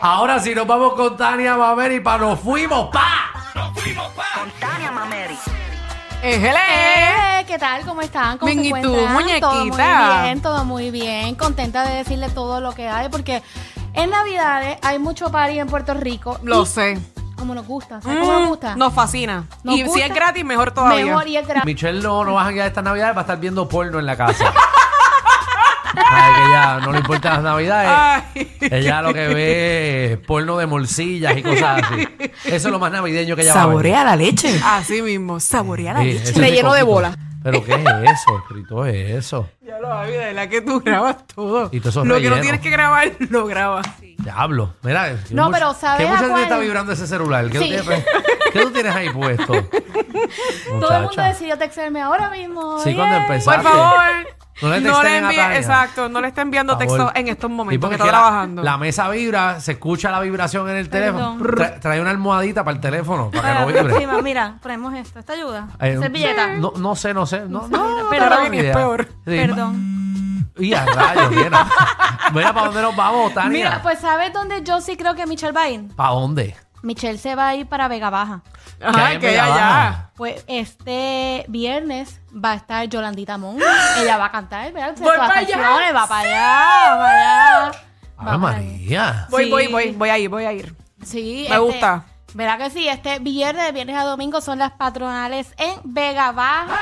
Ahora sí, nos vamos con Tania Mameri pa' nos fuimos, pa. ¡Ejele! Eh, ¿Qué tal? ¿Cómo están? ¿Cómo Bien, se ¿y tú, encuentran? Todo muy muñequita? bien, todo muy bien. Contenta de decirle todo lo que hay porque en Navidades hay mucho party en Puerto Rico. Lo Eh, y sé. Como nos gusta, ¿sabes cómo nos gusta? Nos fascina. Nos Mm, y si gusta. es gratis, mejor todavía. Mejor y el gratis. Michelle no, no va a janguear estas navidades para estar viendo porno en la casa. Ay, que ya no le importan las navidades. Ay. Ella lo que ve es porno de morcillas y cosas así. Eso es lo más navideño que ella va a ver. la leche. Así mismo, saborea la Sí, leche. ese Relleno de picocito. bola. ¿Pero qué es eso? Pero ¿y todo es eso? Ya lo sabía, de la que tú grabas todo. Y todos esos lo que rellenos. no tienes que grabar, lo grabas. Diablo. Mira. qué No, mucho- pero ¿sabes ¿Qué a mucho te cuál? está vibrando ese celular? ¿Qué, tú Sí. tienes- qué tú tienes ahí puesto? Todo el mundo Muchacha. decidió textearme ahora mismo. Sí, cuando Yay. empezó. Por Exacto. favor. No le texten a envíes, Tania. exacto, no le está enviando Por favor. texto en estos Sí, momentos porque que está si la- trabajando. La, mesa vibra, se escucha la vibración en el teléfono. Perdón. Tra- trae una almohadita para el teléfono, para que no Para la vibre. próxima, mira, ponemos esto. ¿Esta ayuda? Eh, Servilleta. No, no sé, no sé. No, Ah, no, no Perdón. tengo ni idea. Es peor. Sí. Perdón. Y a rayos, mira. Mira, ¿para dónde nos vamos, Tania? Mira, pues ¿sabes dónde yo sí creo que Michelle va a ir? ¿Para dónde? Michelle se va a ir para Vega Baja. hay Ay, en Ah, que Vega ya, Baja? ya. Pues este viernes va a estar Yolandita Mon. Ella va a cantar, ¿verdad? Voy Todas las pa' allá. canciones, Va para allá, va para allá. Ave María. Voy, Sí. voy, voy, voy a ir, voy a ir. Sí, este, Me gusta. ¿Verdad que sí? Este viernes, de viernes a domingo son las patronales en Vega Baja.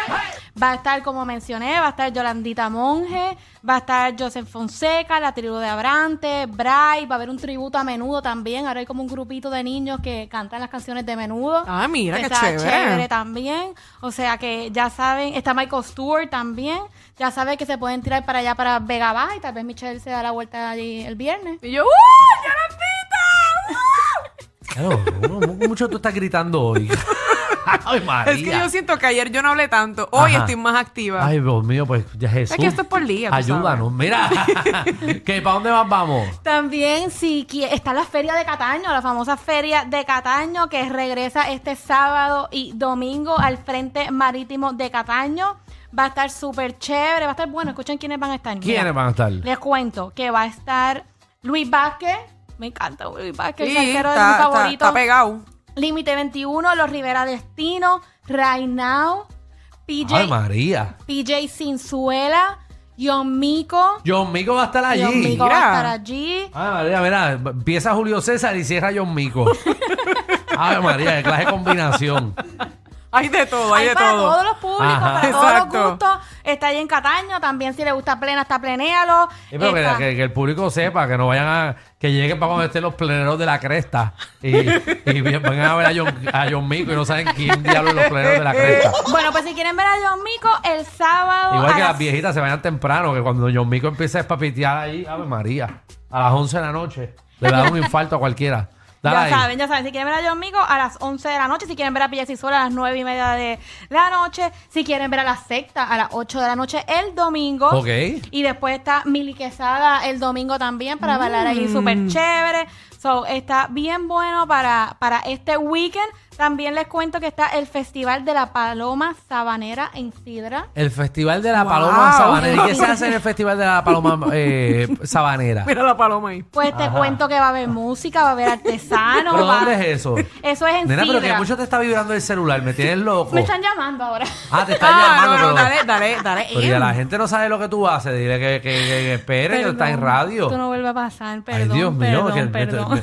Va a estar, como mencioné, va a estar Yolandita Monge, va a estar Joseph Fonseca, la tribu de Abrante, Bray, va a haber un tributo a menudo también. Ahora hay como un grupito de niños que cantan las canciones de menudo. Ah, mira, que qué está chévere. también. O sea que ya saben, está Michael Stewart también. Ya saben que se pueden tirar para allá, para Vega Baja, y tal vez Michelle se da la vuelta allí el viernes. Y yo, ¡uh! ¡Yolandita! ¡Uh! Claro, mu- mucho tú estás gritando hoy. Ay, María. Es que yo siento que ayer yo no hablé tanto. Hoy Ajá. estoy más activa. Ay, Dios mío, pues ya Jesús. Es que esto es por día, tú Ayúdanos, mira. ¿Qué, ¿Para dónde más vamos? También si qui- está la feria de Cataño, la famosa feria de Cataño que regresa este sábado y domingo al Frente Marítimo de Cataño. Va a estar súper chévere, va a estar bueno. Escuchen quiénes van a estar. ¿Quiénes Mira, van a estar? Les cuento que va a estar Luis Vázquez. Me encanta Luis Vázquez, Sí, el salsero de está- mis está- favoritos. está pegado. Límite 21, Los Rivera Destino, Right Now, Ay, PJ, María. PJ Cinzuela, John Mico. John Mico va a estar allí. John Mico va a mira. estar allí. Ay, María, mira, empieza Julio César y cierra John Mico. Ay, María, qué clase de combinación. Hay de todo, hay, Hay de para todo. todos los públicos, Ajá. para todos Exacto. los gustos. Está ahí en Cataño. También si le gusta plena, está plenéalo. Sí, pero que, Está- que- que el público sepa, que no vayan a... Que lleguen para cuando estén los pleneros de la cresta. Y, y van a ver a John, a John Mico y no saben quién diablo es los pleneros de la cresta. Bueno, pues si quieren ver a John Mico el sábado. Igual a que las las- viejitas se vayan temprano, que cuando John Mico empieza a espapitear ahí, Ave María, a las 11 de la noche, le da un infarto a cualquiera. Dale ya ahí. saben, ya saben. Si quieren ver a John Mico a las 11 de la noche. Si quieren ver a Pilla Sola a las 9 y media de la noche. Si quieren ver a la secta a las 8 de la noche el domingo. Ok. Y después está Mili Quesada el domingo también Mm. para bailar ahí súper chévere. So, está bien bueno para, para este weekend. También les cuento que está el Festival de la Paloma Sabanera en Sidra. El Festival de la Wow. Paloma Sabanera. ¿Y qué se hace en el Festival de la Paloma eh, Sabanera? Mira la paloma ahí. Pues te cuento que va a haber música, va a haber artesanos. ¿Pero va- dónde es eso? Eso es en Nena, pero que Sidra. mucho te está vibrando el celular, me tienes loco. Me están llamando ahora. Ah, te está Ah, llamando, no, pero... no, dale, dale, dale. pero ya la gente no sabe lo que tú haces, dile que, que, que- que espere, que está en Perdón, radio. Esto no vuelve a pasar, perdón. Ay, Dios mío, que perdón, me- perdón. me-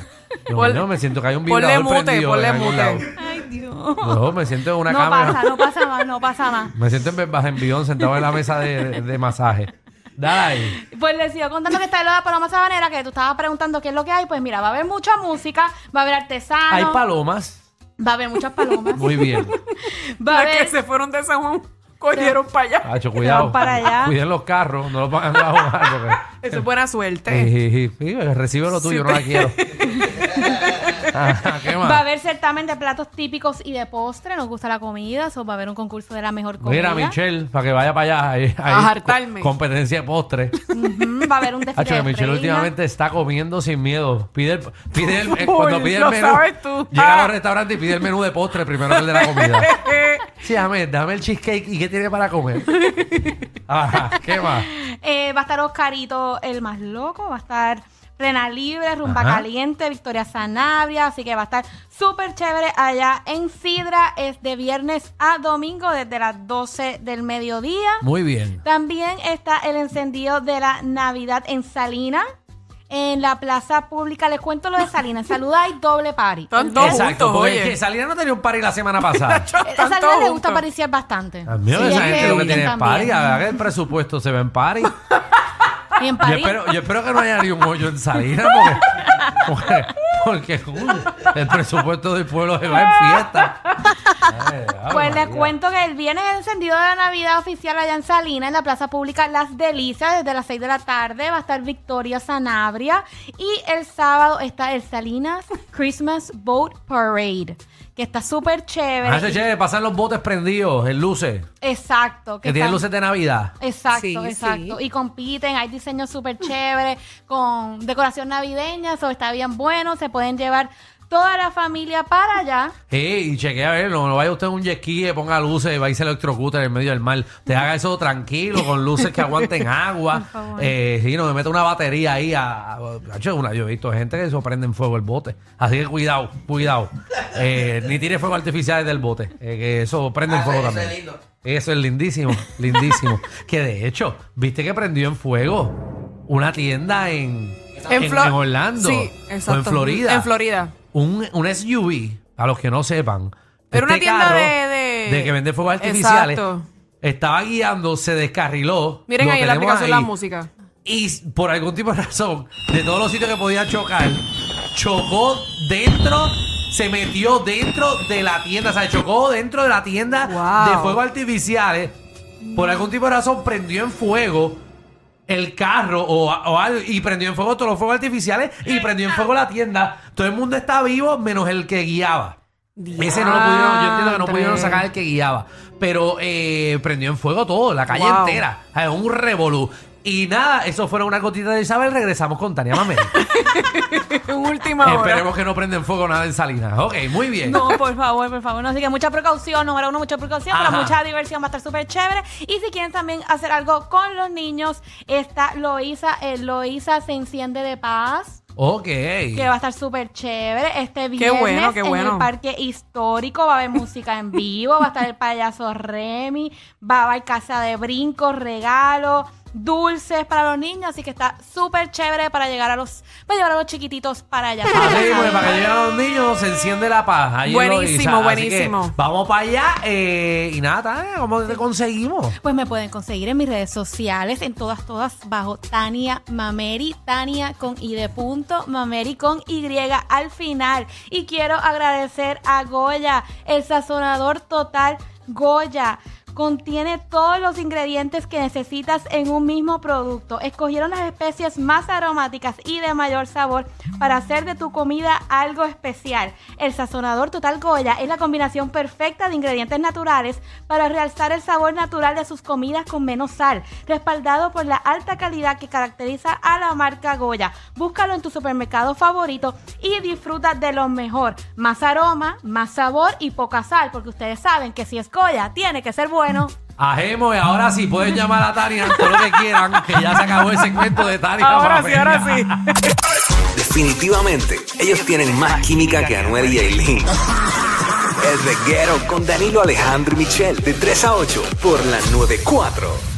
Dios Ponle- mío, me siento que hay un ponle vibrador mute, prendido en ponle algún lado. mute. Ay, Dios. No, me siento en una no cámara. pasa, no pasa más, no pasa más. Me siento en Bembas en Beyond, sentado en la mesa de, de- de masaje. Dale ahí. Pues les sigo contando que está lo de la Paloma Sabanera, que tú estabas preguntando qué es lo que hay. Pues mira, va a haber mucha música, va a haber artesanos, Hay palomas. va a haber muchas palomas, Muy bien. va a Las que haber se fueron de San Juan Corrieron para allá. Hacho, cuidado. van para allá. Cuiden los carros, no los pongan a jugar. Eso es buena suerte. Porque... Sí, sí, sí, recibe lo tuyo, Sí, no la quiero. Ajá, ¿Qué Va a más? haber certamen de platos típicos y de postre. Nos gusta la comida. So, va a haber un concurso de la mejor comida. Mira, Michelle, para que vaya para allá. ahí- A ahí, hartarme. co- Competencia de postre. Ujú, Va a haber un desfile Hacho, que de Michelle reinas. últimamente está comiendo sin miedo. Pide el, pide el, eh, Uy, cuando pide el lo menú, sabes tú. llega Ah. al restaurante y pide el menú de postre primero que el de la comida. Sí, dame, dame el cheesecake y qué tiene para comer. Ajá, ¿qué más? Eh, va a estar Oscarito el más loco. Va a estar Plena Libre, Rumba Ajá. Caliente, Victoria Sanabria. Así que va a estar súper chévere allá en Sidra. Es de viernes a domingo desde las 12 del mediodía. Muy bien. También está el encendido de la Navidad en Salina. En la plaza pública, les cuento lo de Salina. En Salud hay doble party. Están todos Exacto, juntos, porque es oye. que Salina no tenía un party la semana pasada. Eh, A Están Salina todos le gusta juntos. pariciar bastante. A mí Sí, Ah, esa es gente lo que ellos tiene es también. party, a ver, el presupuesto se ve en party. Y en Yo party. espero, yo espero que no haya ni un hoyo en Salinas porque, porque, porque, uy, el presupuesto del pueblo se va en fiesta. Ay, Ave Pues les Ah, María. cuento que el viernes el encendido de la Navidad oficial allá en Salina, en la plaza pública Las Delicias, desde las 6 de la tarde va a estar Victoria Sanabria y el sábado está el Salinas Christmas Boat Parade, que está súper chévere. Ah, ese chévere, pasan los botes prendidos, en luces, Exacto. que tienen están- luces de Navidad. Exacto, Sí, exacto. sí. Y compiten, hay diseños súper chéveres con decoración navideña, eso está bien bueno, se pueden llevar toda la familia para allá. Sí, y chequea a ver, no, no vaya usted en un jet ski, le ponga luces, va y se electrocuta en el medio del mar. Te haga eso tranquilo, con luces que aguanten agua. Eh, sí, no me mete una batería ahí. A, a- Hacho, una- yo he visto gente que eso prende en fuego el bote. Así que cuidado, cuidado. Eh, ni tire fuego artificiales del bote, eh, que eso prende en Ah, fuego eso es también. lindo. Eso es lindísimo, lindísimo. que de hecho, viste que prendió en fuego una tienda en, en- Flo- en Orlando Sí, o exacto. en Florida En Florida. un, un SUV, a los que no sepan. Era una tienda carro de- de- que vende fuegos artificiales. Exacto. Estaba guiando, se descarriló. Miren lo ahí en la tenemos aplicación la ahí, música. Y s- por algún tipo de razón, de todos los sitios que podía chocar, chocó dentro, se metió dentro de la tienda. O sea, chocó dentro de la tienda Wow. de fuegos artificiales. Por algún tipo de razón, prendió en fuego el carro o, o algo y prendió en fuego todos los fuegos artificiales y prendió en fuego la tienda. Todo el mundo está vivo menos el que guiaba. Ese no lo pudieron, yo entiendo que no Diantre. pudieron sacar el que guiaba, pero eh, prendió en fuego todo, la calle Wow. entera, Ay, un revolú. Y nada, eso fueron una gotita de Isabel, regresamos con Tania Mamel. En última hora. Esperemos que no prenda en fuego nada en Salinas. Ok, muy bien. No, por favor, por favor. No, así que mucha precaución, número uno, mucha precaución, Ajá. pero mucha diversión, va a estar súper chévere. Y si quieren también hacer algo con los niños, está Loisa, eh, Loisa se enciende de paz. Ok. Que va a estar súper chévere. Este viernes bueno, qué en el bueno. parque histórico va a haber música en vivo, va a estar el payaso Remy, va a haber casa de brincos, regalos, dulces para los niños. Así que está súper chévere para llegar a los, para llevar a los chiquititos para Ah, allá. Así, pues, para que lleguen los niños, se enciende la paz. Ahí en Buenísimo, Loiza. Así buenísimo. que vamos para allá eh, y nada, Tania, ¿cómo te conseguimos? Pues me pueden conseguir en mis redes sociales, en todas, todas, bajo Tania Mameri, Tania con I de punto, Mameri con Y al final. Y quiero agradecer a Goya, el sazonador total Goya. Contiene todos los ingredientes que necesitas en un mismo producto. Escogieron las especies más aromáticas y de mayor sabor para hacer de tu comida algo especial. El sazonador Total Goya es la combinación perfecta de ingredientes naturales para realzar el sabor natural de sus comidas con menos sal, respaldado por la alta calidad que caracteriza a la marca Goya. Búscalo en tu supermercado favorito y disfruta de lo mejor. Más aroma, más sabor y poca sal, porque ustedes saben que si es Goya, tiene que ser bueno. Ajemo, y ahora sí pueden llamar a Tania todo lo que quieran, que ya se acabó el segmento de Tania. Ahora sí, Mamey. ahora sí. Definitivamente, ellos tienen más química que Anuel y Aileen. El reguero con Danilo Alejandro y Michel, de 3 a 8, por la 94.